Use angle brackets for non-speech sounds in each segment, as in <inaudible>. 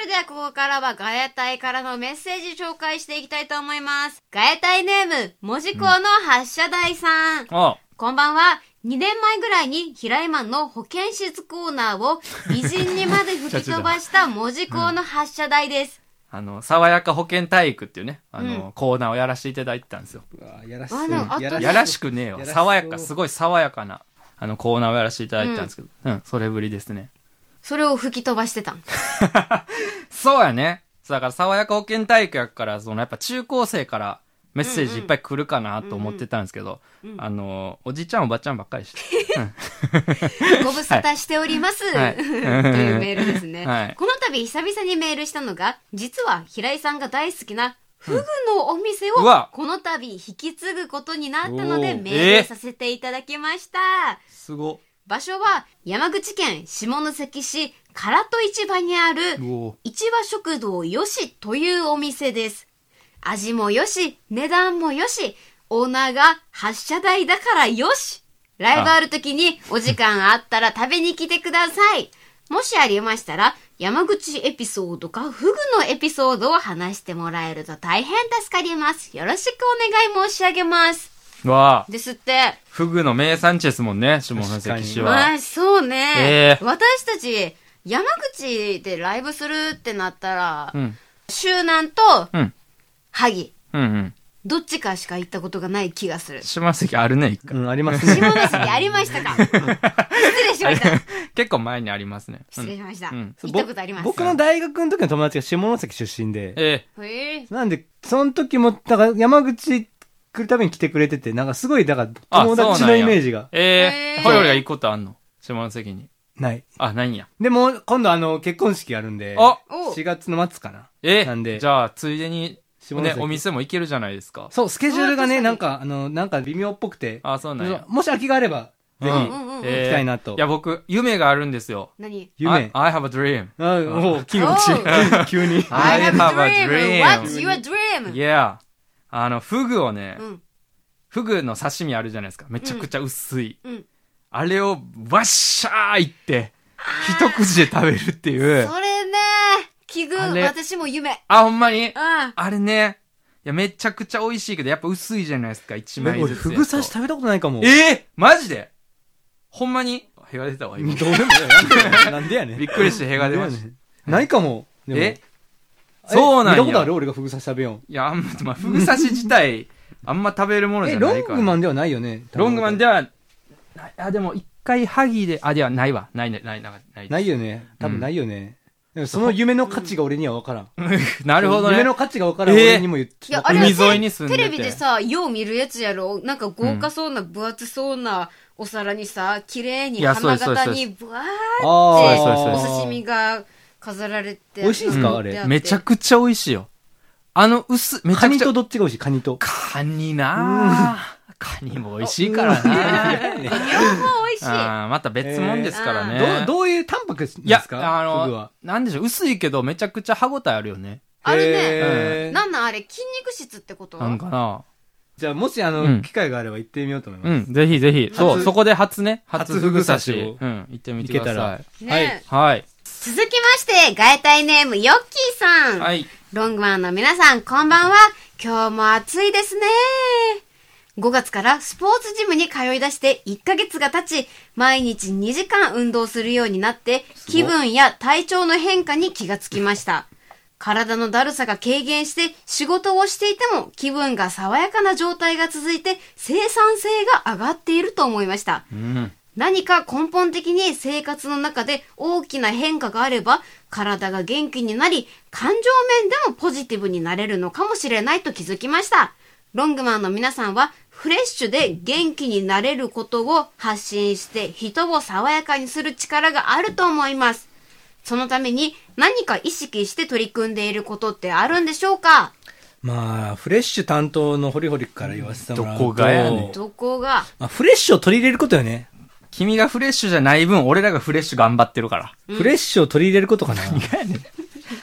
れではここからはガヤ隊からのメッセージ紹介していきたいと思います。ガヤ隊ネーム、文字工の発射台さん。あこんばんは。2年前ぐらいに平井マンの保健室コーナーを美人にまで吹き飛ばした文字工の発射台です。あの、爽やか保健体育っていうね、あの、コーナーをやらせていただいてたんですよ。うわやらしあでもあそう。とねやらしくねえやよ。らしそう爽やか、すごい爽やかな、あの、コーナーをやらせていただいてたんですけど、うん、それぶりですね。それを吹き飛ばしてたん。そうやね。そうだから、爽やか保健体育やから、その、やっぱ中高生からメッセージいっぱい来るかなと思ってたんですけど、あの、おじいちゃんおばちゃんばっかりして。ご無沙汰しております。はいというメールですね。 <laughs> はいこの度久々にメールしたのが、実は平井さんが大好きなフグのお店をうんうわこの度引き継ぐことになったのでおーメえーールさせていただきました。すご。場所は山口県下関市唐戸市場にあるうお市場食堂よしというお店です。味もよし、値段もよし、オーナーが発射台だからよしライブある時にお時間あったら食べに来てください。もしありましたら、山口エピソードかフグのエピソードを話してもらえると大変助かります。よろしくお願い申し上げます。わあ、ですって。フグの名産地ですもんね、下確か関に市まは。あ、そうねえ。え私たち、山口でライブするってなったら、うん。周南とうん。萩。うんうん。どっちかしか行ったことがない気がする。下関あるね、一回。うん、ありますね。下関ありましたか失礼しました。 <laughs> 結構前にありますね。うん失礼しました。うん行ったことあります。僕の大学の時の友達が下関出身で、ええへえなんで、その時も、だから山口来るために来てくれてて、なんかすごい、だから友達のイメージがえへーえホヨリが行くことあんの下関に。ない。あ、ないんや。でも、今度あの、結婚式あるんで、あお4月の末かな。ええなんでじゃあ、ついでに、下ね関、お店も行けるじゃないですか。そう、スケジュールがあ確かね、になんか、あの、なんか微妙っぽくて、あ、そうなんや。もし空きがあれば、ぜうんうんうんうんええ行きたいなといや、僕、夢があるんですよ。何ひ、夢。 I, I have a dream. あ、おう、金持おち。 <laughs> 急に。 ?I have a I dream. have a What's your dream? Yeah. あの、フグをね、うん。フグの刺身あるじゃないですか。めちゃくちゃ薄い。うんうんあれを、わっしゃーいって、一口で食べるっていう。それね、奇遇あ。れ私も夢。あ、ほんまにうん。あれね、いや、めちゃくちゃ美味しいけど、やっぱ薄いじゃないですか、一枚俺、ずつ。フグ刺し食べたことないかも。ええマジでほんまにへが出たわ、どう今。でも <laughs> ないなんでやねん。びっくりしてへが出ましなんでやねんないかも。でもえそうなんや見たことある俺がフグ刺し食べよいや、あんま、まあ、フグ刺し自体、あんま食べるもう。のじえ、ゃロないンから。グマンではないよね。ロングマンではは、ないあ、でも一回ハギで、あ、ではないわ。ないね、ない、ない、ない。ないよね。多分ないよね。でもその夢の価値が俺には分からん。 <laughs> なるほど夢ね。の価値が分からんえー俺にも言っいてや、あれは海沿いに住んでてテレビでさ、よう見るやつやろなんか豪華そうな、分厚そうなお皿にさ、綺麗にいやそう花です形そうに、ぶわあーってそうですそうですお刺身が飾られて。美味しいんすかうんあれめちゃくちゃ美味しいよ。あの薄、めちカゃくニちゃと。どっちが美味しいカニと。カニなぁ。カニも美味しいからな <laughs> ぁ。両方美味しい。あーまた別もんですからね。どう、どういうタンパク質いでやす、かあフグはの。、なんでしょう、薄いけどめちゃくちゃ歯応えあるよね。あるへね。ーなんなんあれ、筋肉質ってことなんかなじゃあ、もしあうの、ん機会があれば行ってみようと思います。うん、ぜひぜひ。そう、そこで初ね、初初フグ刺フグし刺し。をうん、行ってみいてけくたださらい。。ねはい。続きまして、外体ネーム、ヨッキーさん。はい。ロングマンの皆さん、こんばんは。今日も暑いですね。5月からスポーツジムに通い出して1ヶ月が経ち、毎日2時間運動するようになって、気分や体調の変化に気がつきました。体のだるさが軽減して、仕事をしていても気分が爽やかな状態が続いて、生産性が上がっていると思いました。うん。何か根本的に生活の中で大きな変化があれば、体が元気になり、感情面でもポジティブになれるのかもしれないと気づきました。ロングマンの皆さんは、フレッシュで元気になれることを発信して、人を爽やかにする力があると思います。そのために何か意識して取り組んでいることってあるんでしょうかまあ、フレッシュ担当のホリホリから言わせてもらうと。どこがやねんどこが、まあ、フレッシュを取り入れることよね。君がフレッシュじゃない分、俺らがフレッシュ頑張ってるから。フレッシュを取り入れることかな。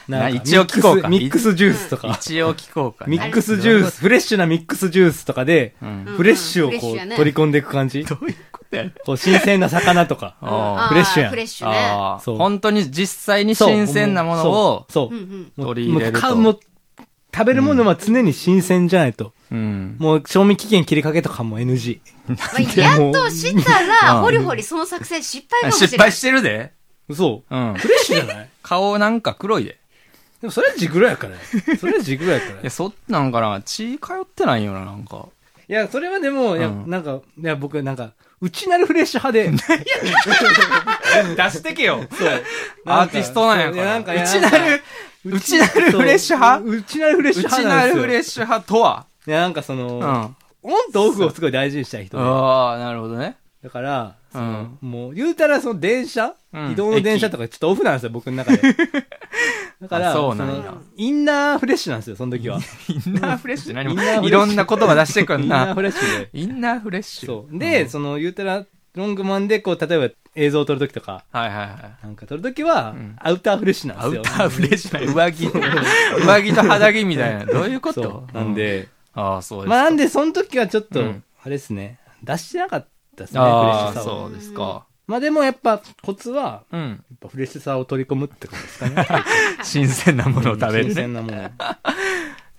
なんか一応聞こうかミックスミックスジュースとか。一応聞こうか、 <laughs> ミックスジュース、フレッシュなミックスジュースとかで、うんフレッシュをフレッこシュうやね取り込んでいく感じ。って。こう新鮮な魚とか。ああーフレッシュやんフレッシュね。ああ、そう本当に実際にそう新鮮なものを、そうんう。うん。もう取り入れるともう買うもう食べるものは常に新鮮じゃないと。うん。もう賞味期限切りかけとかも NG。まあ、やっと知ったら、うんほりほりその作戦失敗かもしれない。失敗してるで。。そうん。フレッシュじゃない顔なんか黒いで。でもそれはジグロやからやそれはジグロやからやいや、そっなんかな、血通ってないよな、なんか。いや、それはでも、いや、うんなんか、いや、僕、なんか、内なるフレッシュ派で。 <laughs> 出してけよ。 <laughs> アーティストなんやから。なんか、いや内なる、内なるフレッシュ派そう内なるフレッシュ内派ななんでするよ。フレッシュ派とは。いや、なんかそうん。の、あオンとオフをすごい大事にしたい人で。あ、なるほどね。だから、うそのん。もう、言うたら、その電車うん移動の電車とかちょっとオフなんですよ、僕の <laughs> 中で。だから、あそうなんやのインナーフレッシュなんですよ、その時は。インナーフレッシュって何インナーフレッも。シュいろんな言葉出してくイんンナーなフ。レッシュで。インナーフレッシュ。そう。で、その、言うたら、ロングマンで、こう、例えば映像を撮るときとか、はいはいはい。なんか撮るときはん、アウターフレッシュなんでアすウよ。ターフレッシュな上着。上着と肌着みた <laughs> いな。どういうこそとう。なん。で、うんああ、そうですか。まあなんで、その時はちょっと、うんあれですね、出してなかったですね、フレッあシュあ、さそを。うですか。まあでもやっぱ、コツは、うん。やっぱフレッシュさを取り込むってこ <laughs> とですかね。新鮮なものを食べる新ね。鮮 <laughs> なもの。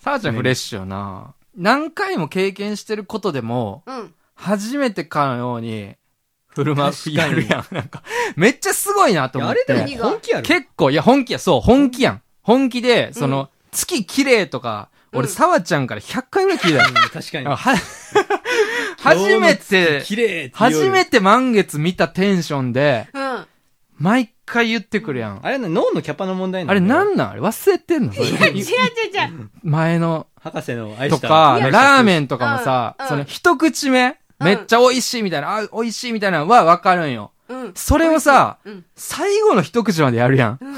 さあちゃんフレッシュよな。何回も経験してることでも、うん。初めてかのように、振る舞うやるやん。なんか、めっちゃすごいなと思あっれもて。でも本気やろ。結構、いや、本気や、そう、本気やん。本気で、その、月綺麗とか、う俺、んさわちゃんから100回ぐらい聞いたよ。うん確かに。 <laughs> は初めて、綺麗初めて。て満月見たテンションで、うん。毎回言ってくるやん。あれな、脳のキャパの問題なあれなんんなんあれ忘れてんのそれいや、違う違う違う。前の博士の愛とした。か、ラーメン。ンとかもさう、んその一口目、うんめっちゃ美味しいみたいな、あ、美味しいみたいなのはわかるんよ。うん。それをさ、うん。最後の一口までやるやん。うん。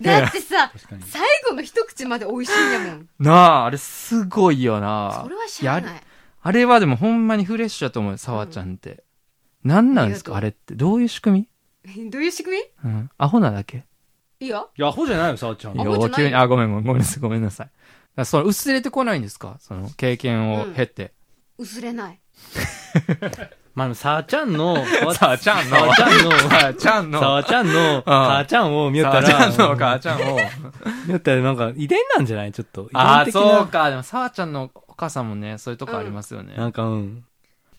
だってさ、確かに。最後の一口まで美味しいんやもん。なあ、あれすごいよなそれは知らやない。あれはでもほんまにフレッシュだと思うよ、さわちゃんって。なんなんですかあありれって。どういう仕組どういう仕組みみうん。アホなだけ。いいよ。いや、アホじゃないよ、さわちゃんいアやホは。じゃない急にあ、ごめん、ごめんごめんなさい、ごめんなさい。だからその薄れてこないんですかその経験を経て。薄れない。まああの、さわちゃんの、 <laughs> さわちゃんのさわちゃん <laughs> の、さわちゃんの、<laughs> さわちゃんの、母ちゃんを見よさったわら、ちゃんの母ちゃん <laughs> を。見よったらなんか遺伝なんじゃないちょっと。ああ、遺伝的なそう。か。でも、さわちゃんのお母さんもね、そういうとこありますよね。なんかうん。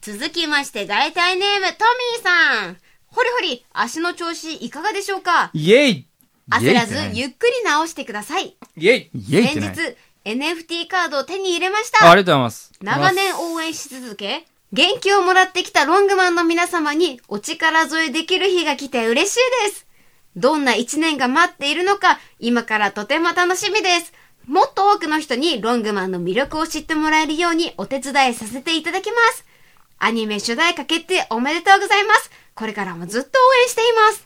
続きまして、大体ネーム、トミーさん。ほりほり、足の調子いかがでしょうかイェイ焦らずイエイって、何ゆっくり直してください。イェイイエイっ先てない日、NFT カードを手に入れましああた。りがとうございます。長年応援し続け、元気をもらってきたロングマンの皆様にお力添えできる日が来て嬉しいです。どんな一年が待っているのか、今からとても楽しみです。もっと多くの人にロングマンの魅力を知ってもらえるようにお手伝いさせていただきます。アニメ主題歌決定おめでとうございます。これからもずっと応援しています。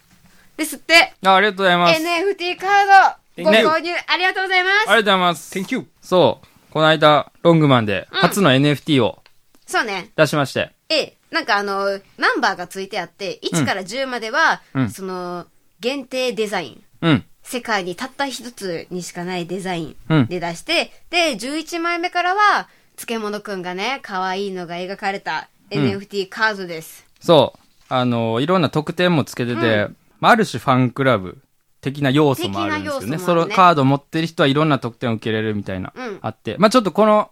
ですって、あありがとうございます。 NFT カードご Thank you 購入ありがとうございまありがとうございます。 !Thank you! そう。この間、ロングマンで、初の NFT をす。そうね。出しまして。ええ、なんかあの、ナンバーがついてあって、1から10までは、うんその、限定デザイン。うん。世界にたった一つにしかないデザイうンんで出して、で、11枚目からは、漬物くんがね、可愛いのが描かれた NFT カードです。そう。あの、いろんな特典もつけてて、まあ、ある種ファンクラブ的な要素もあるんですよ的な要ね。素もそあるねのカード持ってる人はいろんな特典を受けれるみたいな、うんあって。まあ、ちょっとこの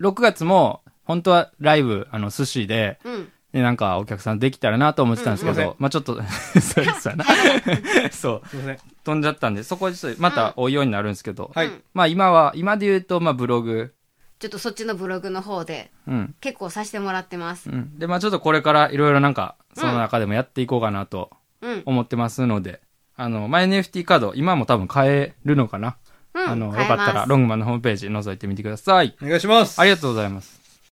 6月も、本当はライブ、あの、寿司で、うん。で、なんかお客さんできたらなと思ってたんですけうんすいど、ませんまあちょっと、 <laughs> そうですわな。 <laughs> そう、すいません。飛んじゃったんで、そこはちょっとまた追うようになるんですけど、はい。まあ今は、今で言うと、まあブログ、ちょっとそっちのブログの方で、うん。結構させてもらってますう。ん。で、まあちょっとこれからいろいろなんか、その中でもやっていこうかなとうん。思ってますので、あの、まあ NFT カード、今も多分買えるのかな。うん。あの、よ買えかますったら、ロングマンのホームページ覗いてみてください。お願いしますありがとうございます。